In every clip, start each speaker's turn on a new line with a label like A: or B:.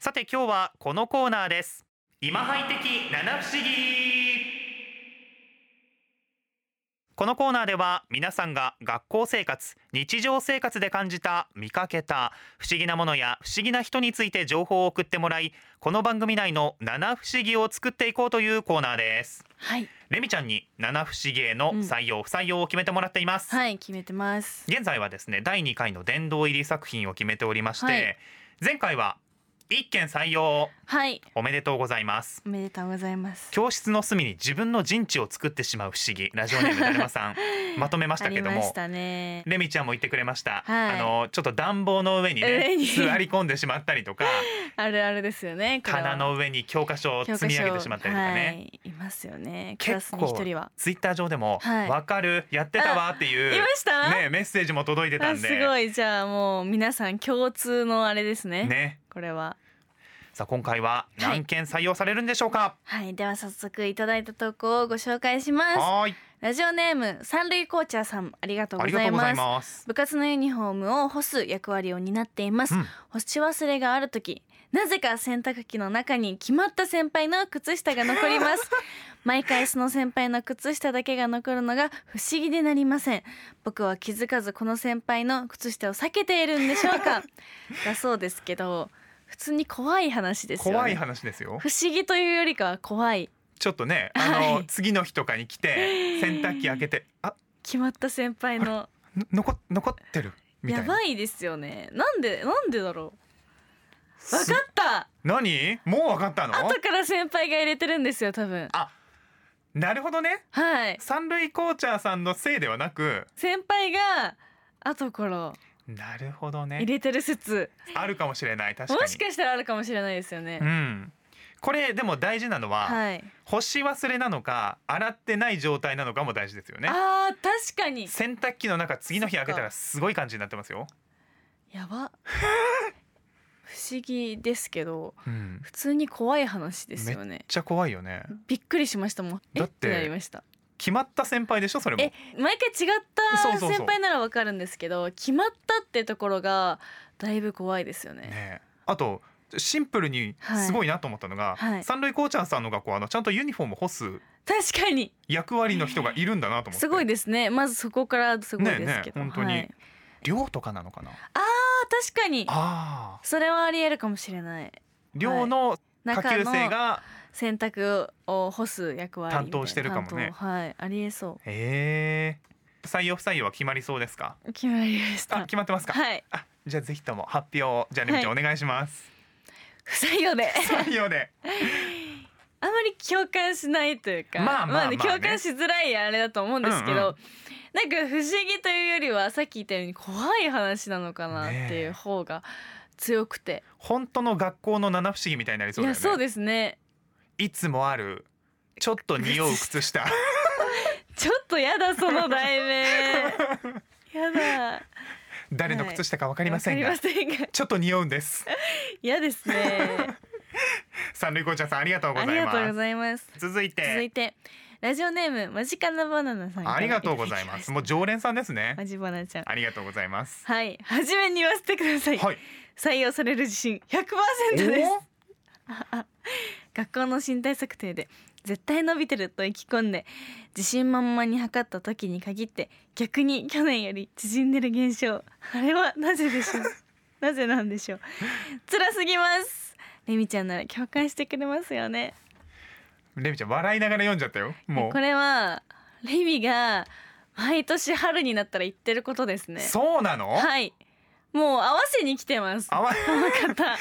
A: さて今日はこのコーナーです今ハイ的七不思議このコーナーでは皆さんが学校生活日常生活で感じた見かけた不思議なものや不思議な人について情報を送ってもらいこの番組内の七不思議を作っていこうというコーナーです
B: はい、
A: レミちゃんに七不思議への採用、不採用を決めてもらっています、
B: はい、決めてます。
A: 現在はですね第2回の殿堂入り作品を決めておりまして、
B: はい
A: 前回は1件採用
B: はい、
A: おめでとうございます
B: おめでとうございます。
A: 教室の隅に自分の陣地を作ってしまう不思議ラジオネームだるまさ んまとめまし
B: あ
A: た
B: り
A: けど
B: ま
A: も
B: したね。
A: レミちゃんも言ってくれました、
B: はい
A: あのちょっと暖房の上にね
B: 上に
A: 座り込んでしまったりと か
B: あるあるですよね。これは
A: 棚の上に教科書を
B: 教科
A: 積
B: 書
A: み上げてしまったりとかね、
B: はい、いますよね。クラ
A: 結
B: スに
A: 構
B: 一人は。
A: ツイッター上でも「
B: はい
A: わかるやってたわ」って
B: い
A: いう
B: ました。
A: ねメッセージも届いてた
B: あ
A: んです
B: ごいじゃあもう皆さん共通のあれですね
A: ね
B: これは
A: さあ今回は何件採用されるんでしょうか
B: はいでは早速いただいた投稿をご紹介します
A: はーい
B: ラジオネーム三塁コーチャーさんありがとう
A: あ
B: ご
A: りが
B: ざ
A: と
B: いう
A: ござい
B: ます
A: ます
B: 部活のユニフォームを干す役割を担っています、
A: うん
B: 干し忘れがある時なぜか洗濯機の中に決まった先輩の靴下が残ります 毎回その先輩の靴下だけが残るのが不思議でなりません僕は気づかずこの先輩の靴下を避けているんでしょ うかだそうですけど普通に怖い話ですよね
A: 怖い話ですよ
B: 不思議というよりかは怖い
A: ちょっとねあの、
B: はい
A: 次の日とかに来 て洗濯機開けてあ
B: 決まった先輩の
A: の残っ残ってるみた
B: や
A: いな
B: ばいですよねなんでなんでだろうわ
A: す
B: かった
A: 何もうわかったの
B: 後から先輩が入れてるんですよ多分
A: なるほどね
B: はい
A: 三塁コーチャーさんのせいではなく
B: 先輩が後から
A: なるほど
B: 入
A: ね
B: れてる説
A: あるかもしれない確かに
B: もしかしたらあるかもしれないですよね
A: うんこれでも大事なのは、
B: はい、
A: 干し忘れなのか洗ってない状態なのかも大事ですよね
B: あー確かに
A: 洗濯機の中次の日開けた
B: そ
A: ら
B: っか
A: すごい感じになってますよ、
B: や ば不思議ですけど
A: うん、めっ
B: 普通に怖い話ですよね
A: ちゃ怖いよね
B: びっくりしましたもんえ
A: だって
B: なりました
A: 決まった先輩でしょそれも
B: え毎回違っ
A: そう
B: た
A: そうそう
B: 先輩ならわかるんですけど決まったってところがだいぶ怖いですよね
A: ねえあとシンプルにすごいなと思ったのが、
B: はいはい
A: 三塁コーチャーさんの学校あのちゃんとユニフォームを干す
B: 確かに
A: 役割の人がいるんだなと思って
B: すごいですねまずそこからすごいですけど、
A: ねえねえ本当に
B: はい、
A: 寮とかなのかな
B: あ確かに
A: ああ
B: それはありえるかもしれない
A: 寮の下
B: 中
A: 級
B: の
A: 生が、
B: 洗濯を干す役割みたい
A: 担
B: な
A: 当してるかもね
B: 担当はいありえそ
A: ええ採用不採用は決まりそうですか
B: う決まりまし
A: あ
B: た
A: 決まってますか、
B: はい
A: あじゃあぜひとも発表をじゃあレミちゃんお願いします、
B: 不採用で
A: 採用で
B: あまり共感しないというか
A: まあまあまあね
B: 共感しづらいあれだと思うんですけど、
A: うんうん
B: なんか不思議というよりはさっき言ったように怖い話なのかなって
A: ね
B: い
A: え
B: う方が強くて、
A: 本当の学校の七不思議みたいになりそう
B: い
A: だよ
B: や
A: ね
B: そうですね
A: いつもあるちょっと匂う靴 下
B: ちょっとやだその題 名やだ
A: 誰の靴下かわかりませんが、
B: わかりませんが
A: ちょっと匂うんです
B: 嫌ですね
A: 三塁コーチャーさんありがとうご
B: あ
A: ざ
B: り
A: い
B: がと
A: ま
B: うご
A: す
B: ざいます
A: 続いて
B: 続いてラジオネームマジカナバナナさんから
A: ありがとうござい
B: ただ
A: ま
B: きし
A: す
B: た
A: もう常連さんですね
B: マジバナちゃん
A: ありがとうございます
B: はい初めに言わせてください、
A: はい
B: 採用される自信100%です学校の身体測定で絶対伸びてると意気込んで自信満々に測った時に限って逆に去年より縮んでる現象あれはなぜでしょう なぜなんでしょう辛すぎますレミちゃんなら共感してくれますよね
A: おレミちゃん笑いながら読んじゃったよも
B: これはレミが毎年春になったら言ってることです
A: う
B: ね
A: そうなの、
B: はいもう合わせに来てます
A: あわ
B: この方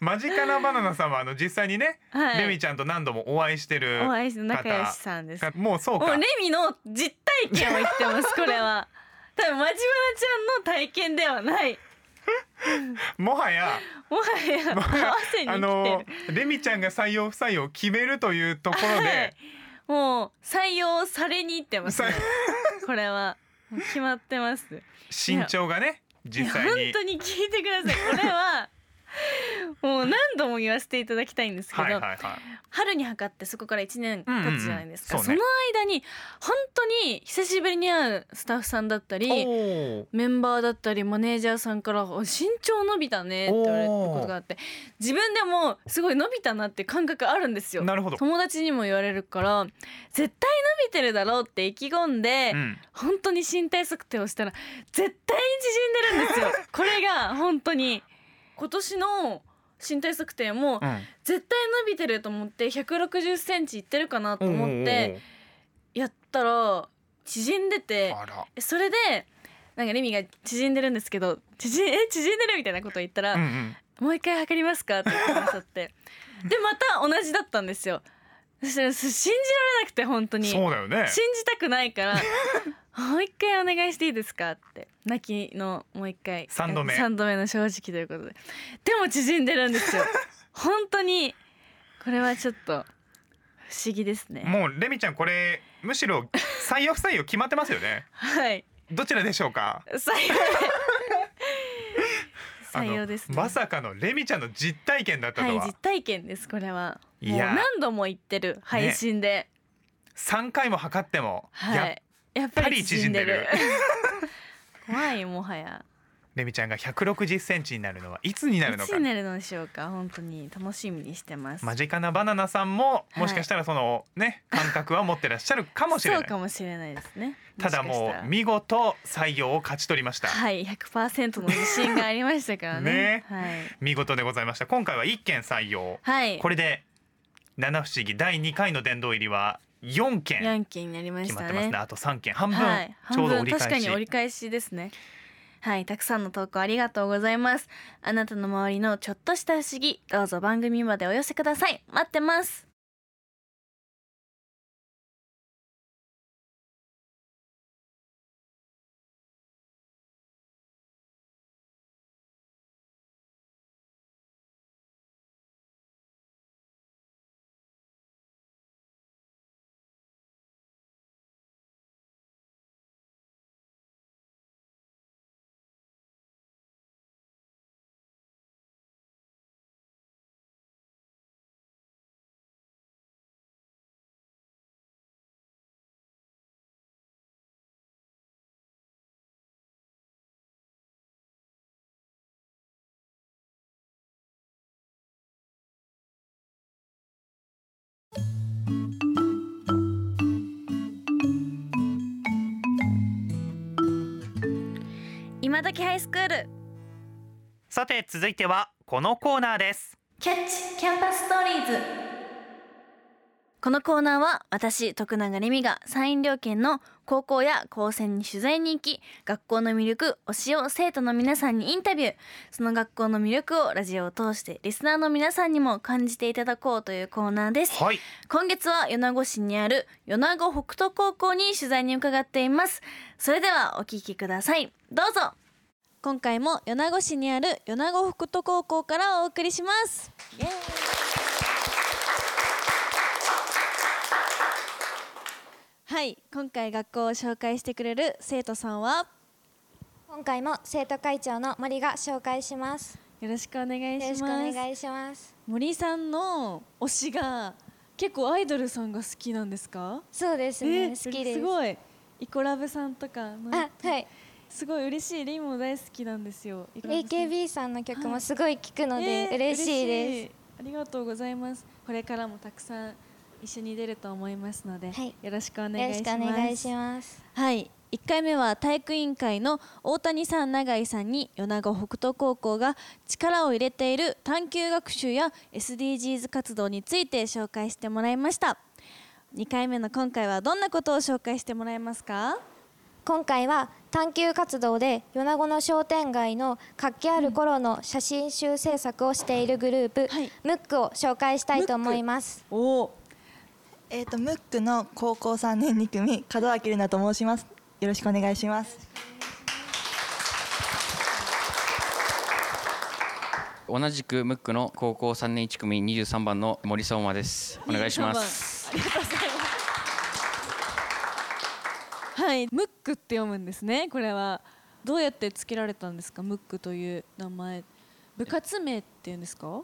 A: マジカナバナナさんはあの実際にね、
B: はい
A: レミちゃんと何度もお会いしてる
B: お会いして仲良しさんです
A: 方もうそう
B: もう
A: か
B: レミの実体験を言ってますこれ は多分マジバナちゃんの体験ではない
A: もは や
B: もはや合
A: も
B: わ
A: はや
B: せに来て
A: あ
B: る、
A: のレミちゃんが採用不採用を決めるというところ
B: はい
A: で、
B: もう採用されに行ってますね
A: さ
B: これはもう決まってます
A: 身長がね実際
B: いや本
A: に
B: 当に聞いてくださいこれはもう何度も言わせていただきたいんですけど、
A: はいはいはい。
B: 春に測ってそこから1年経つじゃないです
A: う
B: か、
A: んうん
B: そ
A: そうね
B: の間に本当に久しぶりに会うスタッフさんだったり
A: おお。
B: メンバーだったりマネージャーさんからお「身長伸びたね」って言われたことがあって自分でもすごい伸びたなって感覚あるんですよ。
A: なるほど。
B: 友達にも言われるから絶対伸びてるだろうって意気込んで、
A: うん。
B: 本当に身体測定をしたら絶対に縮んでるんですよ これが本当に今年の身体測定も
A: うん。
B: 絶対伸びてると思って1 6 0センチいってるかなと思ってやったら縮んで
A: おー
B: て
A: あら。
B: それでなんかレミが縮んでるんですけど縮んえ縮んでるみたいなこと言ったら、
A: うんうん。
B: もう一回測りますかって言ってくださってでまた同じだったんですよそしたら信じられなくて本当に
A: そうだよ ね。
B: 信じたくないから もう一回お願いしていいですかって泣きのもう一回
A: 三度目
B: 三度目の正直ということででも縮んでる んですよ本当にこれはちょっと不思議ですね
A: もうレミちゃんこれむしろ採用不採用決まってますよ ね。
B: はい
A: どちらでしょうか。
B: 採用で
A: あの
B: 採用ですね
A: まさかのレミちゃんの実体験だったと
B: はい
A: は
B: 実体験ですこれはも
A: いうやー
B: 何度も言ってる配信で、
A: 三回も測っても
B: は
A: やっ
B: いやっ
A: ぱ
B: ぱり
A: り
B: 縮
A: 縮
B: ん
A: ん
B: で
A: で
B: る
A: る。
B: 怖いもはや
A: レミちゃんが160センチになるのはいつになる
B: い
A: の
B: つ
A: か
B: に。なるのでしょうか本当に楽しみにしてます
A: 間近なバナナさんも
B: い
A: もしかしたらそのね感覚は持ってらっしゃるかもしれ
B: そう
A: な
B: か
A: い。
B: もしれないですね
A: ただ
B: しかし
A: も
B: ら
A: う見事採用を勝ち取りました。
B: はい100%の自信がありましたからね
A: ね
B: はい
A: 見事でございました。今回は一件採用。
B: はい
A: これで七不思議第二回の殿堂入りは四件
B: 4件になりまし
A: 決まったてます
B: ね
A: ね。あと三件半分
B: はい
A: ちょ
B: 半
A: うど
B: 分
A: 折り
B: 確か
A: 返
B: に折り
A: し。
B: 返しですねはいたくさんの投稿ありがとうございますあなたの周りのちょっとした不思議どうぞ番組までお寄せください待ってます今時ハイスクール
A: さて続いてはこのコーナーです。
B: キャッチキャンパスストーリーズこのコーナーは私徳永レミが山陰両県の高校や高専に取材に行き学校の魅力推しを生徒の皆さんにインタビューその学校の魅力をラジオを通してリスナーの皆さんにも感じていただこうというコーナーです
A: はい。
B: 今月は米子市にある米子北斗高校に取材に伺っていますそれではお聞きくださいどうぞ今回も米子市にある米子北斗高校からお送りしますはい今回学校を紹介してくれる生徒さんは
C: 今回も生徒会長の森が紹介します。
B: よろしくお願い
C: よ
B: し
C: ろ
B: ま
C: し
B: す
C: くお願いします。
B: 森さんの推しが結構アイドルさんが好きなんですか
C: そうです
B: え
C: ね。
B: ー
C: 好きです。
B: ごいイコラブさんとかの
C: あ、はい。
B: すごい嬉しいリンも大好きなんですよイコラブさん
C: AKB さんの曲もすごい聴くの
B: え
C: で
B: ー
C: 嬉しいで
B: 嬉しありがとうございますこれからもたくさん一緒に出ると思いますので、
C: はい
B: よろしくお
C: す。
B: 願いします
C: よろしくお願いします。
B: はい1回目は体育委員会の大谷さん永井さんに米子北東高校が力を入れている探究学習や SDGs 活動について紹介してもらいました2回目の今回はどんなことを紹介してもらえますか
C: 今回は探究活動で米子の商店街の活気ある頃の写真集制作をしているグループ、
B: はい
C: ムックを紹介したいと思います。
B: おお
D: えっ、とムックの高校三年二組門脇玲奈と申します。よろしくお願いします。
E: 同じくムックの高校3年1組23番の森相馬ですお願いします
F: ありがとうございます。はい、ムックって読むんですね。これはどうやってつけられたんですか、ムックという名前。部活名っていうんですか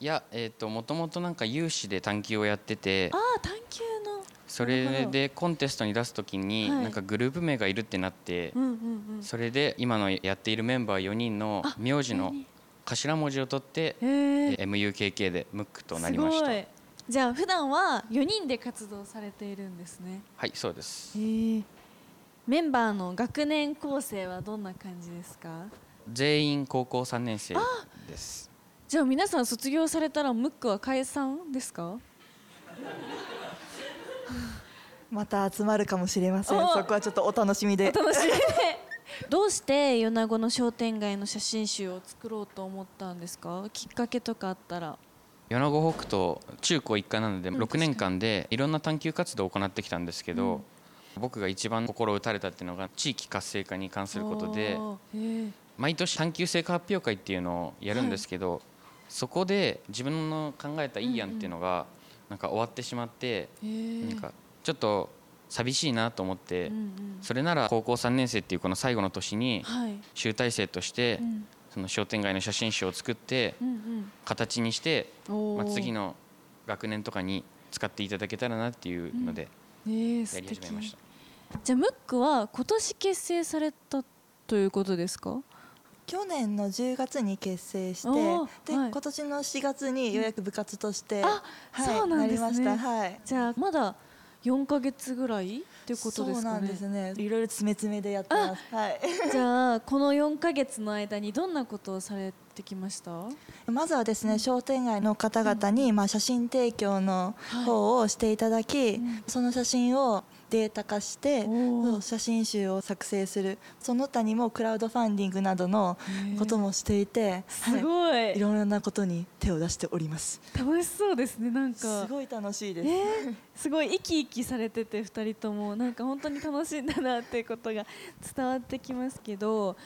E: いやえっ、ともともとなんか有志で探求をやってて
F: ああ探究の
E: そ
F: なる
E: れ
F: ほど
E: でコンテストに出すときに、
F: はい
E: なんかグループ名がいるってなって、
F: うんうんうん
E: それで今のやっているメンバー4人の
F: あ
E: 名字の
F: 四人
E: 頭文字を取って、
F: へえ
E: MUKK でムックとな
F: す
E: りました
F: ごいじゃあ普段は4人で活動されているんですね
E: はいそうです
F: へえメンバーの学年構成はどんな感じですか
E: 全員高校3年生です
F: じゃあ皆さん卒業されたらムックは解散ですか
D: また集まるかもしれません
F: お
D: そこはちょっとお楽しみで
F: 楽しみ どうして米子の商店街の写真集を作ろうと思ったんですかきっかけとかあったら
E: 米子北東中高一貫なので
F: うん
E: 6年間でいろんな探求活動を行ってきたんですけど、僕が一番心打たれたっていうのが地域活性化に関することで
F: おーへえ
E: 毎年探求成果発表会っていうのをやるんですけど、そこで自分の考えたいい案っていうのがなんか終わってしまって、
F: へえ
E: なんかちょっと寂しいなと思って、
F: うんうん
E: それなら高校3年生っていうこの最後の年に
F: はい
E: 集大成として
F: うん
E: その商店街の写真集を作って
F: うん
E: 形にして、
F: うんお
E: まあ、
F: ー
E: 次の学年とかに使っていただけたらなっていうので
F: えー
E: や
F: 素
E: り
F: 敵
E: 始めました、
F: じゃあムックは今年結成されたということですか
D: 去年の10月に結成して
F: おー
D: で、
F: はい
D: 今年の4月にようやく部活として、
F: あ
D: はい
F: そうなんですね
D: なりましたはい
F: じゃあまだ4ヶ月ぐらいっていうことで
D: そ
F: す
D: うな
F: か
D: ん
F: ね
D: ですねいろいろ詰め詰めでやってますはい
F: じゃあこの4ヶ月の間にどんなことをされてき ました
D: まずはですね商店街の方々に、まあ、写真提供の方をしていただき、
F: ん
D: その写真をデータ化して
F: おー
D: そう写真集を作成するその他にもクラウドファンディングなどのこともしていて、
F: す
D: は
F: ご
D: い、い
F: い
D: ろんなことに手を出しております
F: 楽しそうですねなん
D: す
F: か
D: ごい楽しいです、
F: えーすごい生き生きされてて2人ともなんか本当に楽しいんだなっていうことが伝わってきますけど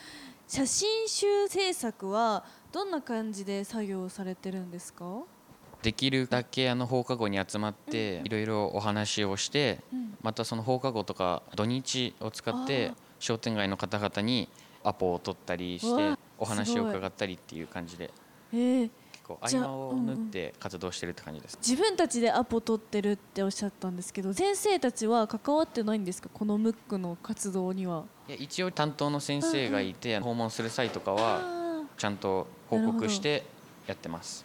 F: 写真集制作はどんな感じで作業をされてるんですか、
E: できるだけあの放課後に集まっていろいろお話をして
F: うん
E: またその放課後とか土日を使って
F: あー
E: 商店街の方々にアポを取ったりし
F: う
E: て
F: わ
E: お話
F: す
E: を
F: ごい
E: 伺ったりっていう感じで
F: えー
E: 結構合
F: じゃあ
E: 間を縫って活動してるって感じです
F: 自分たちでアポ取ってるっておっしゃったんですけど先生たちは関わってないんですかこのムックの活動には。
E: いや一応担当の先生がいて訪問する際とかは
F: あー
E: ちゃんと報
F: なるほど
E: 告してやってます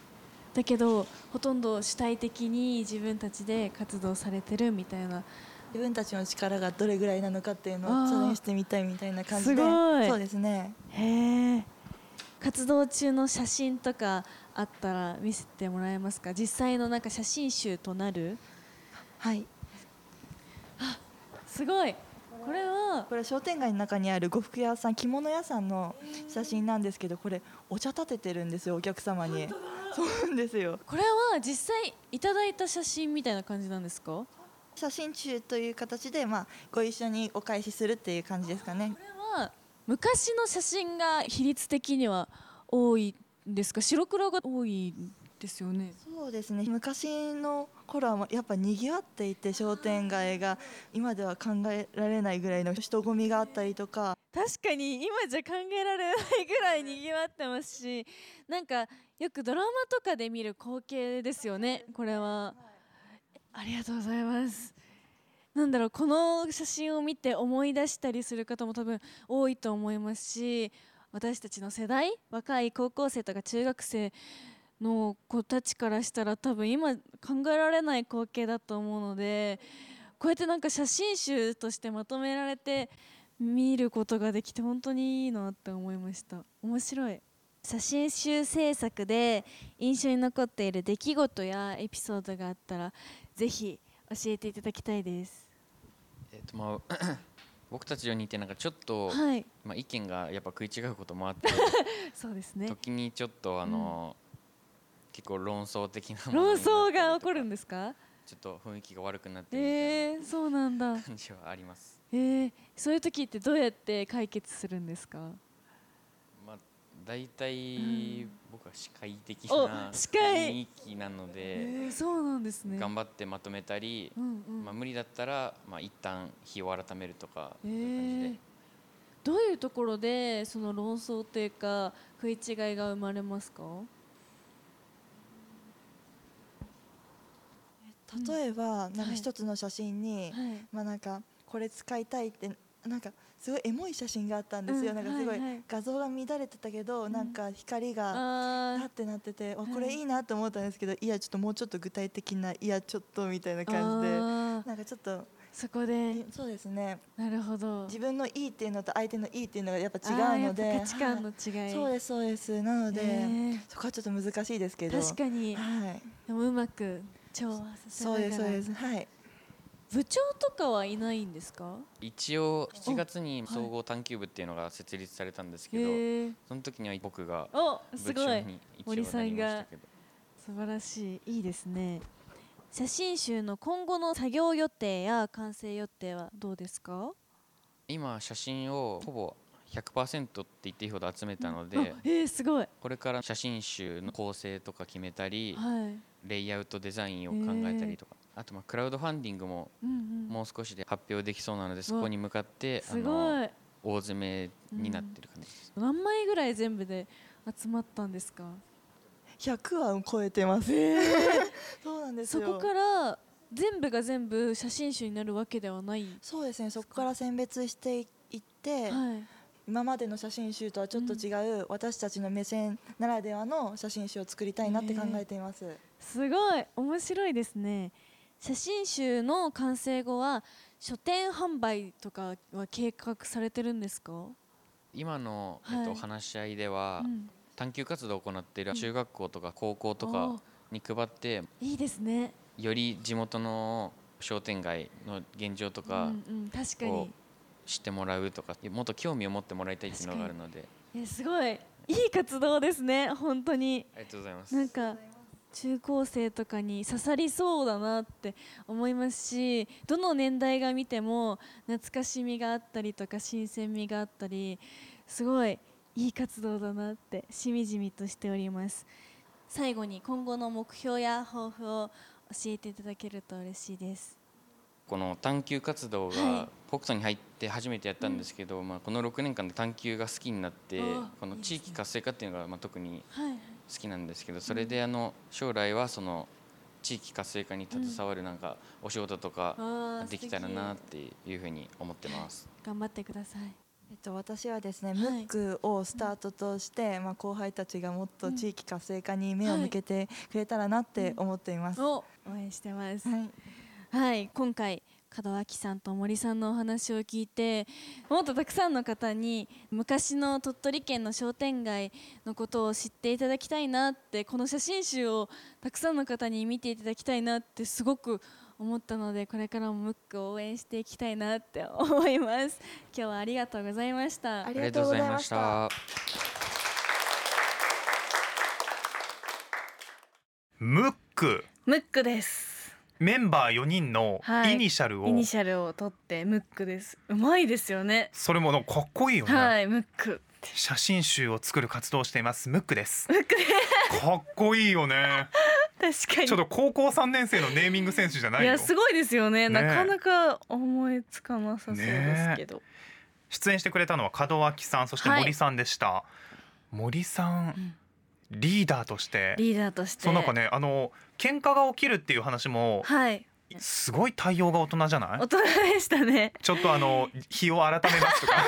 F: だけどほとんど主体的に自分たちで活動されてるみたいな
D: 自分たちの力がどれぐらいなのかっていうのを
F: あー
D: チャレンジしてみたいみたいな感じです
F: ごい
D: そうですね
F: へえ活動中の写真とかあったら見せてもらえますか実際のなんか写真集となる
D: はい
F: すごいこれは
D: これは商店街の中にある呉服屋さん着物屋さんの写真なんですけどこれお茶立ててるんですよお客様にそうなんですよ
F: これは実際いただいた写真みたいな感じなんですか
D: 写真集という形で、まあ、ご一緒にお返しするっていう感じですかね
F: これは昔の写真が比率的には多いんですか白黒が多いですよね
D: そうですね昔の頃はやっぱにぎわっていて商店街が今では考えられないぐらいの人混みがあったりとか
F: 確かに今じゃ考えられないぐらいにぎわってますしなんかよくドラマとかで見る光景ですよねこれはありがとうございますなんだろうこの写真を見て思い出したりする方も多分多いと思いますし私たちの世代若い高校生とか中学生の子たちからしたら多分今考えられない光景だと思うのでこうやってなんか写真集としてまとめられて見ることができて本当にいいなって思いました面白い
G: 写真集制作で印象に残っている出来事やエピソードがあったらぜひ教えていただきたいです
E: えっとまあ 僕たち4人ってなんかちょっと
F: はい
E: まあ意見がやっぱ食い違うこともあって
F: そうですね
E: 時にちょっとあの結構論争的なものにな
F: 論
E: ったりとか
F: 争が起こるんですか
E: ちょっと雰囲気が悪くなってみたい
F: えー、そうなんだ
E: な感じはあります
F: えー、そういう時ってどうやって解決するんですか
E: まあ大体僕は司会的
F: お
E: な
F: 司会
E: 雰囲気なの
F: え
E: で
F: ー、そうなんですね
E: 頑張ってまとめたり
F: うんうん
E: まあ無理だったらまあ一旦日を改めるとか
F: え
E: そういう感じで
F: ー、どういうところでその論争というか食い違いが生まれますか
D: 例えばなん
F: は
D: か
F: い
D: 一つの写真に、
F: はい
D: まあなんかこれ使いたいってなんかすごいエモい写真があったんですよ、
F: うん
D: なんかすごい
F: はいはい
D: 画像が乱れてたけど、なんか光が
F: あ
D: だ
F: ー
D: ってなってて、わ
F: はい
D: これいいなと思ったんですけど、いやちょっともうちょっと具体的ないやちょっとみたいな
F: あ
D: 感じで
F: ー
D: なんかちょっと
F: そこで
D: そうですね
F: なるほど
D: 自分のいいっていうのと相手のいいっていうのがやっぱ
F: あー
D: 違う
F: や
D: の
F: っ
D: で
F: ぱ価値観の違い、
D: はい そうですそうですなので、
F: え
D: そこはちょっと難しいですけ
F: ー
D: ど
F: 確かに
D: はい
F: でもうまく調和させな
D: そ
F: が
D: う
F: ら
D: ですそうですはい
F: 部長とかはいないんですか
E: 一応7月に
F: はい
E: 総合探究部っていうのが設立されたんです
F: へ
E: けど、
F: ー
E: その時には僕が
F: おす
E: 部
F: ご
E: 長
F: い
E: に一応
F: 森さ
E: なんり
F: が
E: ましたけど
F: 素晴らしいいいですね
G: 写真集の今後の作業予定や完成予定はどうですか
E: 今写真をほぼ100%って言っていいほど集めたの
F: あ
E: で
F: えー、すごい
E: これから写真集の構成とか決めたり
F: はい
E: レイアウトデザインを考えたりとかあとまあクラウドファンディングも
F: うんうん
E: もう少しで発表できそうなので
F: うわ
E: そこに向かってあ
F: すご
E: の
F: い
E: 大詰めになってる感じです
F: 何枚ぐらい全部で集まったんですか
D: 100は超えてます、 そうなんです
F: そ
D: よ
F: こから全部が全部写真集になるわけではない
D: そうですねそこから選別していって、
F: はい
D: 今までの写真集とはちょっと違う、私たちの目線ならではの写真集を作りたいなって考えています、
F: すごい面白いですね写真集の完成後は書店販売とかは計画されてるんですか、
E: 今の
F: はい
E: えっとお話し合いでは
F: うん
E: 探究活動を行っている中学校とか高校とかに配って
F: いいですね
E: より地元の商店街の現状と
F: うん
E: か
F: うん確か
E: を
F: に
E: 知ってもらうとかもっと興味を持ってもらいたいっていうのがあるので
F: えすごいいい活動ですね本当に
E: ありがとうございます
F: なんか中高生とかに刺さりそうだなって思いますしどの年代が見ても懐かしみがあったりとか新鮮味があったりすごいいい活動だなってしみじみとしております最後に今後の目標や抱負を教えていただけると嬉しいです
E: この探究活動
F: はい
E: が北斗に入って初めてやったんですけど、まあ、この6年間で探究が好きになって
F: あ
E: この
F: いいです
E: 地
F: ね
E: 域活性化っていうのがまあ特に
F: はい
E: 好きなんですけどそれであの将来はその地域活性化に携わるなんかお仕事とか
F: あー
E: できたらなっていうふうに思ってます。
F: 素敵頑張ってください
D: えっと、私はですね、
F: い
D: ムックをスタートとして、まあ、後輩たちがもっと地域活性化に目を向けてくれたらなって思っています、
F: お応援してます
D: はい
F: はい、今回門脇さんと森さんのお話を聞いてもっとたくさんの方に昔の鳥取県の商店街のことを知っていただきたいなってこの写真集をたくさんの方に見ていただきたいなってすごく思ったのでこれからもムックを応援していきたいなって思います今日はありがとうございました
D: あ
E: ありがとうございました。
A: ムック
B: ムックです
A: メンバー4人の
B: はい
A: イニシャルを、
B: イニシャルを取ってムックですうまいですよね
A: それもなんかかっこいいよね、
B: はいムック
A: 写真集を作る活動をしていますムックですかっこいいよね
B: 確かに
A: ちょっと高校3年生のネーミングセンスじゃない
B: い
A: よ
B: やすごいですよね
A: ねえ
B: なかなか思いつかなさそうですけど、
A: 出演してくれたのは門脇さんそして
B: はい
A: 森さんでした、森さんリーダーとして
B: リーダーとして
A: そうなんかねあの喧嘩が起きるっていう話も
B: はい
A: すごい対応が大人じゃな
B: 大
A: い
B: 人でしたね
A: ちょっとあの日を改めますと か、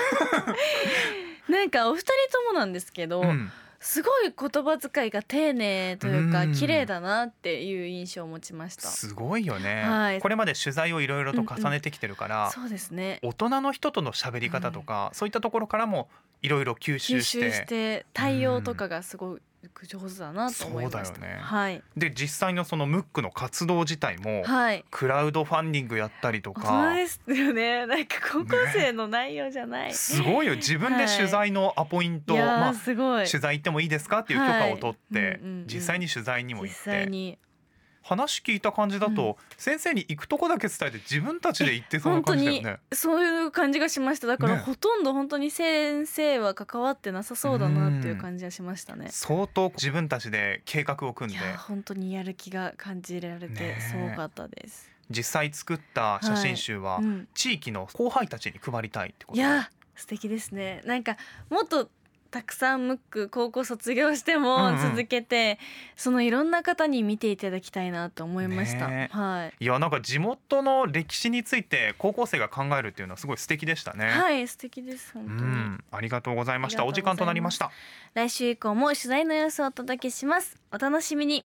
B: なんかお二人ともなんですけど、
A: うん、
B: すごい言葉遣いが丁寧というか
A: うん
B: 綺麗だなっていう印象を持ちました
A: すごいよね、
B: はい
A: これまで取材をいろいろと重ねてきてるから、
B: そうですね
A: 大人の人との喋り方とか、そういったところからもいろいろ吸
B: 吸
A: 収して
B: 収して対応とかがすごく上手だなと思いました
A: そうだよね
B: はい
A: で実際のそのムックの活動自体も、
B: はい
A: クラウドファンディングやったりと
B: 大
A: か
B: 人ですよね なんか高校生の内容じゃない、
A: すごいよ自分で取材のアポイント、
B: いやー、
A: まあ
B: すごい
A: 取材行ってもいいですかっていう許可を取って、
B: はいうんうんうん
A: 実際に取材にも
B: 実
A: 行っ
B: 際
A: て
B: に
A: 話聞いた感じだと、
B: う
A: 先生に行くとこだけ伝えて自分たちで行ってそうな
B: 本当
A: 感じだよ
B: に
A: ね。
B: そういう感じがしましただから
A: ね
B: ほとんど本当に先生は関わってなさそうだなっていう感じがしましたね
A: 相当自分たちで計画を組
B: い
A: んで
B: や本当にやる気が感じられて
A: ねえ
B: すごかったです、
A: 実際作った写真集は
B: うん、
A: 地域の後輩たちに配りたいってこ
B: い
A: とだね
B: や素敵ですねなんかもっとたくさんムック高校卒業しても
A: うんうん
B: 続けて、そのいろんな方に見ていただきたいなと思いました、
A: ねえ
B: はい
A: いやなんか地元の歴史について高校生が考えるっていうのはすごい素敵でしたね。
B: はい素敵です本
A: う
B: 当に、
A: ん、ありがとうございました。
B: あ
A: お
B: りがとうございま
A: 時間
B: す
A: となりました。
B: 来週以降も取材の様子をお届けしますお楽しみに